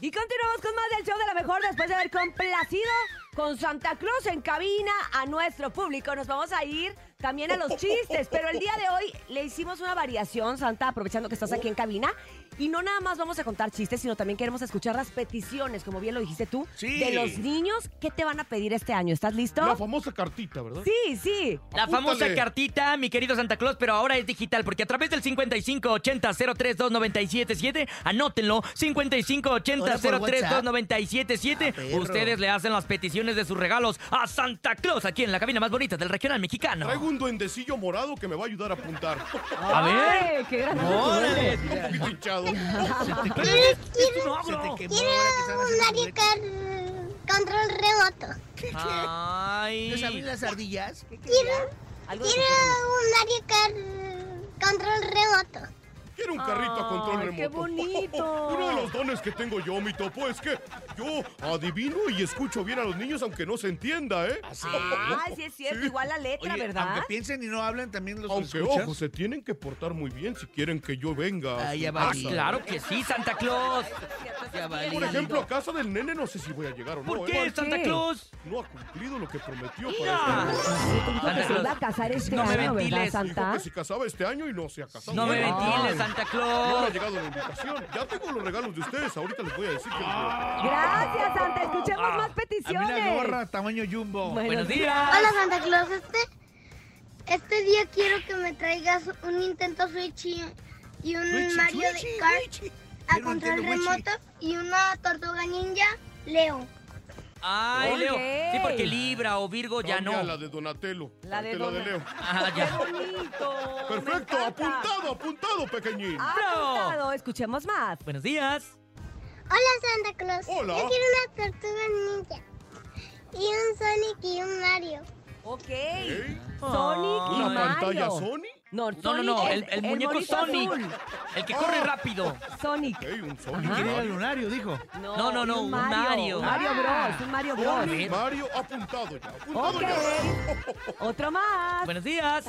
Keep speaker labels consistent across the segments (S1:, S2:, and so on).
S1: Y continuamos con más del show de la mejor después de haber complacido con Santa Cruz en cabina a nuestro público. Nos vamos a ir también a los chistes, pero el día de hoy le hicimos una variación, Santa, aprovechando que estás aquí en cabina. Y no nada más vamos a contar chistes, sino también queremos escuchar las peticiones, como bien lo dijiste tú,
S2: Sí.
S1: de los niños. ¿Qué te van a pedir este año? ¿Estás listo?
S2: La famosa cartita, ¿verdad?
S1: sí, sí.
S3: La famosa
S2: Apúntale.
S3: cartita, mi querido Santa Claus, pero ahora es digital, porque a través del 5580-032977, anótenlo,
S4: Ah,
S3: 5580-032977,
S4: perro.
S3: ustedes le hacen las peticiones de sus regalos a Santa Claus, aquí en la cabina más bonita del regional mexicano.
S2: Traigo un duendecillo morado que me va a ayudar a apuntar.
S3: A ver.
S1: Ay, qué gran-
S3: ¡Órale!
S2: Un poquito hinchado.
S3: ¿Qué? Es un
S4: Se te
S3: ogro.
S4: quemó
S5: Quiero
S4: ahora que sabes
S5: un
S4: hacer
S5: área
S4: juguetes.
S5: car- control remoto.
S4: ¿No sabes
S3: Ay.
S4: las ardillas? ¿Qué
S5: Quiero,
S1: Algo de
S5: quiero un área car- control remoto.
S2: Quiero un carrito a
S1: Ay,
S2: control remoto.
S1: qué bonito.
S2: Uno de los dones que tengo yo, mi topo, es que yo adivino y escucho bien a los niños aunque no se entienda, ¿eh?
S4: Así.
S1: Ah, sí es cierto,
S2: Sí.
S1: igual la letra,
S4: Oye,
S1: ¿verdad?
S4: aunque piensen y no hablan, también los
S2: Aunque,
S4: escuchas.
S2: ojo, se tienen que portar muy bien si quieren que yo venga. a
S4: Ay,
S2: su
S4: ya
S2: casa.
S3: Ah,
S4: valí.
S3: claro que sí, Santa Claus.
S4: Ya valí.
S2: Por ejemplo, a casa del nene no sé si voy a llegar o no.
S3: ¿Por
S2: ¿eh?
S3: qué, Santa Claus?
S2: No ha cumplido lo que prometió para
S3: Mira.
S2: este año.
S1: Dijo que se iba a casar este
S3: Ah, No me
S1: año, ¿verdad,
S3: ventiles.
S1: Santa?
S2: Dijo que se casaba este año y no se ha casado.
S3: No me
S2: Ay,
S3: ventiles, Santa
S2: No me ha
S3: Claus.
S2: llegado la invitación. Ya tengo los regalos de ustedes. Ahorita les voy a decir que...
S1: Ah, Gracias, Santa.
S3: Ah,
S1: Escuchemos más
S4: A mí la
S1: peticiones.
S4: gorra, tamaño jumbo.
S1: Bueno,
S3: Buenos días.
S5: Hola Santa Claus, este, este día quiero que me traigas un Nintendo Switch y, y un
S4: Switch,
S5: Mario
S4: Switch,
S5: de Kart
S4: Switch.
S5: a
S4: Yo no
S5: control
S4: entiendo, Switch.
S5: remoto y una tortuga ninja Leo.
S3: Ay, Leo.
S1: Ok.
S3: Sí, porque Libra o Virgo ya
S2: Cambia
S3: no.
S2: la de Donatello.
S1: La de
S2: Te la de Leo.
S1: Donatello.
S3: Ah, ya.
S1: Qué bonito. me encanta.
S2: Perfecto,
S1: Ah.
S2: apuntado, apuntado, pequeñín.
S1: Apuntado. Escuchemos más.
S3: Buenos días.
S5: Hola Santa Claus,
S2: Hola.
S5: yo quiero una tortuga ninja y un Sonic y un Mario.
S1: Ok.
S2: ¿Eh?
S1: Sonic y
S2: ¿Una
S3: Ay.
S2: pantalla
S1: Mario.
S2: Sony?
S1: No,
S3: Oh. No, no,
S1: Sonic
S3: no.
S1: es
S3: El, el muñeco
S1: monito
S3: Sonic.
S1: azul. Oh.
S3: El que corre rápido.
S1: Sonic.
S2: ¿Eh? ¿Un Sony?
S1: Ajá.
S4: ¿Quién
S2: Mario.
S4: era Lunario? Dijo.
S3: No, no, no,
S1: un
S3: un
S1: Mario.
S3: Mario. Ah.
S1: Mario Bros. Un Mario Bros.
S2: Sony, Mario, apuntado ya. Apuntado
S1: Ok.
S2: ya.
S1: Otro más.
S3: Buenos días.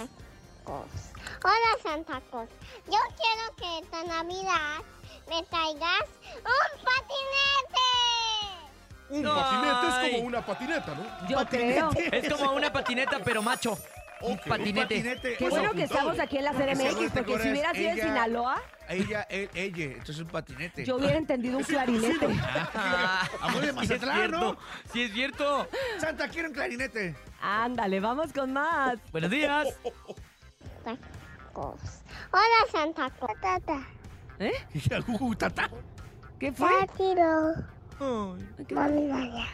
S5: Hola Santa Claus, yo quiero que esta Navidad me traigas un patinete.
S2: Un
S3: Ay.
S2: patinete es como una patineta, ¿no?
S1: Yo creo.
S3: Es como una patineta, pero macho. Un
S2: Ok.
S3: patinete.
S1: Qué bueno que
S2: apuntado.
S1: estamos aquí en la
S4: Porque seguro
S1: CDMX,
S3: este
S4: te
S1: porque si
S4: acuerdas,
S1: hubiera sido en
S4: ella-
S1: Sinaloa,
S4: Ella, él, ella. Entonces es un patinete.
S1: yo hubiera entendido un clarinete.
S3: Ah,
S4: Amor de
S3: sí es
S4: Mazatlán,
S3: cierto.
S4: ¿no?
S3: Sí, es cierto.
S4: Santa, quiero un clarinete.
S1: Ándale, vamos con más.
S3: Buenos días.
S2: Oh,
S5: Hola Santa Claus. Tata,
S1: ¿Eh?
S4: Y uh, a Gugu, tata.
S1: ¿Qué fue?
S5: ya tiro.
S1: ¿Qué-
S5: Mami, Naya.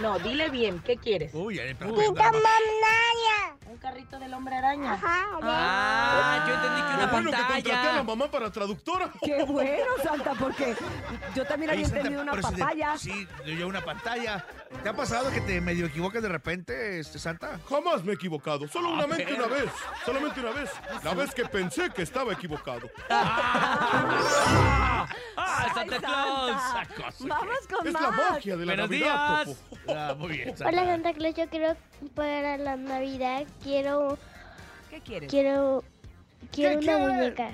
S6: No, dile bien, ¿qué quieres?
S4: Uy, ahí
S5: Tito, Mami, Naya.
S6: ¿Un carrito del hombre araña?
S5: Ajá,
S3: Ah, yo entendí que
S2: Qué
S3: una
S2: bueno que contraté a la
S3: pantalla.
S2: mamá para traductora.
S1: Qué bueno, Santa, porque yo también había entendido una papaya.
S4: sí, yo una pantalla. ¿Te ha pasado que te medio equivocas de repente, este, Santa?
S2: Jamás me he equivocado. Solo una mente
S3: ver.
S2: una vez. Solamente una vez. La vez que pensé que estaba equivocado.
S3: Ah,
S1: Ay,
S3: Santa Claus.
S1: Santa. Vamos con
S2: Es
S1: más.
S2: la magia de la
S3: Buenos
S2: Navidad,
S3: días.
S2: Topo.
S4: Ah, muy bien,
S5: Hola Santa Claus, yo quiero para la Navidad quiero
S1: ¿Qué quieres?
S5: quiero quiero
S4: ¿Qué
S5: una
S4: quieres?
S5: muñeca.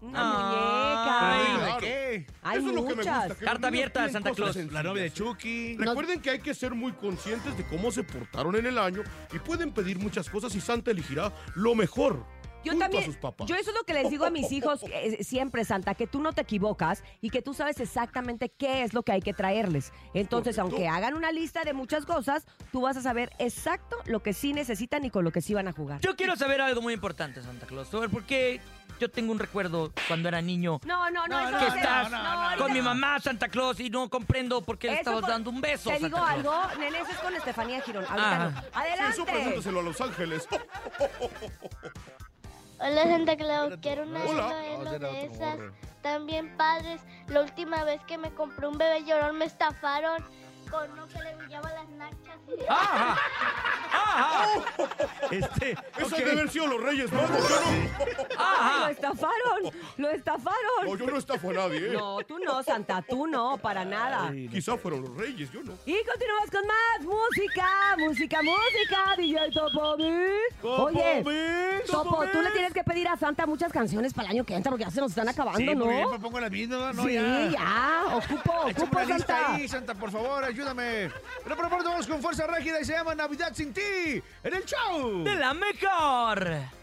S1: Una
S3: Ay.
S1: muñeca.
S2: Claro.
S4: ¿Qué?
S1: Hay
S2: Eso es lo que me gusta,
S1: muchas.
S2: que los
S3: Carta
S2: niños
S3: abierta,
S2: piden
S3: Santa
S2: cosas
S3: Claus.
S2: sencillas.
S4: La novia de Chucky.
S2: Recuerden que hay que ser muy conscientes de cómo se portaron en el año y pueden pedir muchas cosas y Santa elegirá lo mejor.
S1: Yo
S2: junto
S1: también,
S2: A sus papás.
S1: yo eso es lo que les digo a mis hijos eh, siempre, Santa, que tú no te equivocas y que tú sabes exactamente qué es lo que hay que traerles. Entonces,
S2: Correcto.
S1: aunque hagan una lista de muchas cosas, tú vas a saber exacto lo que sí necesitan y con lo que sí van a jugar.
S3: Yo quiero saber algo muy importante, Santa Claus. Sobre por qué yo tengo un recuerdo cuando era niño.
S1: No, no, no,
S4: No,
S1: eso
S4: no,
S1: no,
S3: que
S1: se-
S3: estás
S1: no,
S4: no,
S1: ahorita
S3: con mi
S1: no.
S3: mamá, Santa Claus, y no comprendo por qué le
S1: Eso
S3: estabas
S1: por-
S3: dando un beso.
S1: Te
S3: Santa
S1: digo
S3: Claus.
S1: algo, nene, eso es con Estefanía Girón. Ahorita
S3: Ah.
S1: no.
S2: Sí,
S1: Adelante.
S2: eso pregúntaselo a Los Ángeles.
S5: Hola Santa Claus, quiero una
S2: Hola.
S4: No,
S5: novela
S4: será
S5: de
S4: otro
S5: esas
S4: gorro.
S5: también padres. La última vez que me compré un bebé llorón me estafaron cono que le brillaba las nachas.
S3: ¡Ajá! ¡Ajá! Este,
S2: Eso
S3: ok.
S2: debe haber sido los Reyes Magos. Yo
S1: Ay, lo
S3: ¡Ajá!
S1: estafaron, lo
S2: no, no,
S1: estafaron.
S2: yo no estafo a nadie. ¿eh?
S1: No, tú no, Santa, tú no, para nada.
S2: Quizá fueron los Reyes, yo no.
S1: Y continuamos con más música, música, música, DJ Topo Mix. Oye, Topo, tú le tienes que pedir a Santa muchas canciones para el año que entra porque ya se nos están acabando,
S4: Sí,
S1: ¿no?
S4: porque yo me pongo la misma, ¿no?
S1: sí, ya. ocupo,
S4: Échame
S1: ocupo,
S4: una lista
S1: Santa.
S4: ahí, Santa, por favor, ayúdame. Pero por favor, vamos con fuerza rígida y se llama Navidad sin ti en el show.
S3: ¡De la mejor!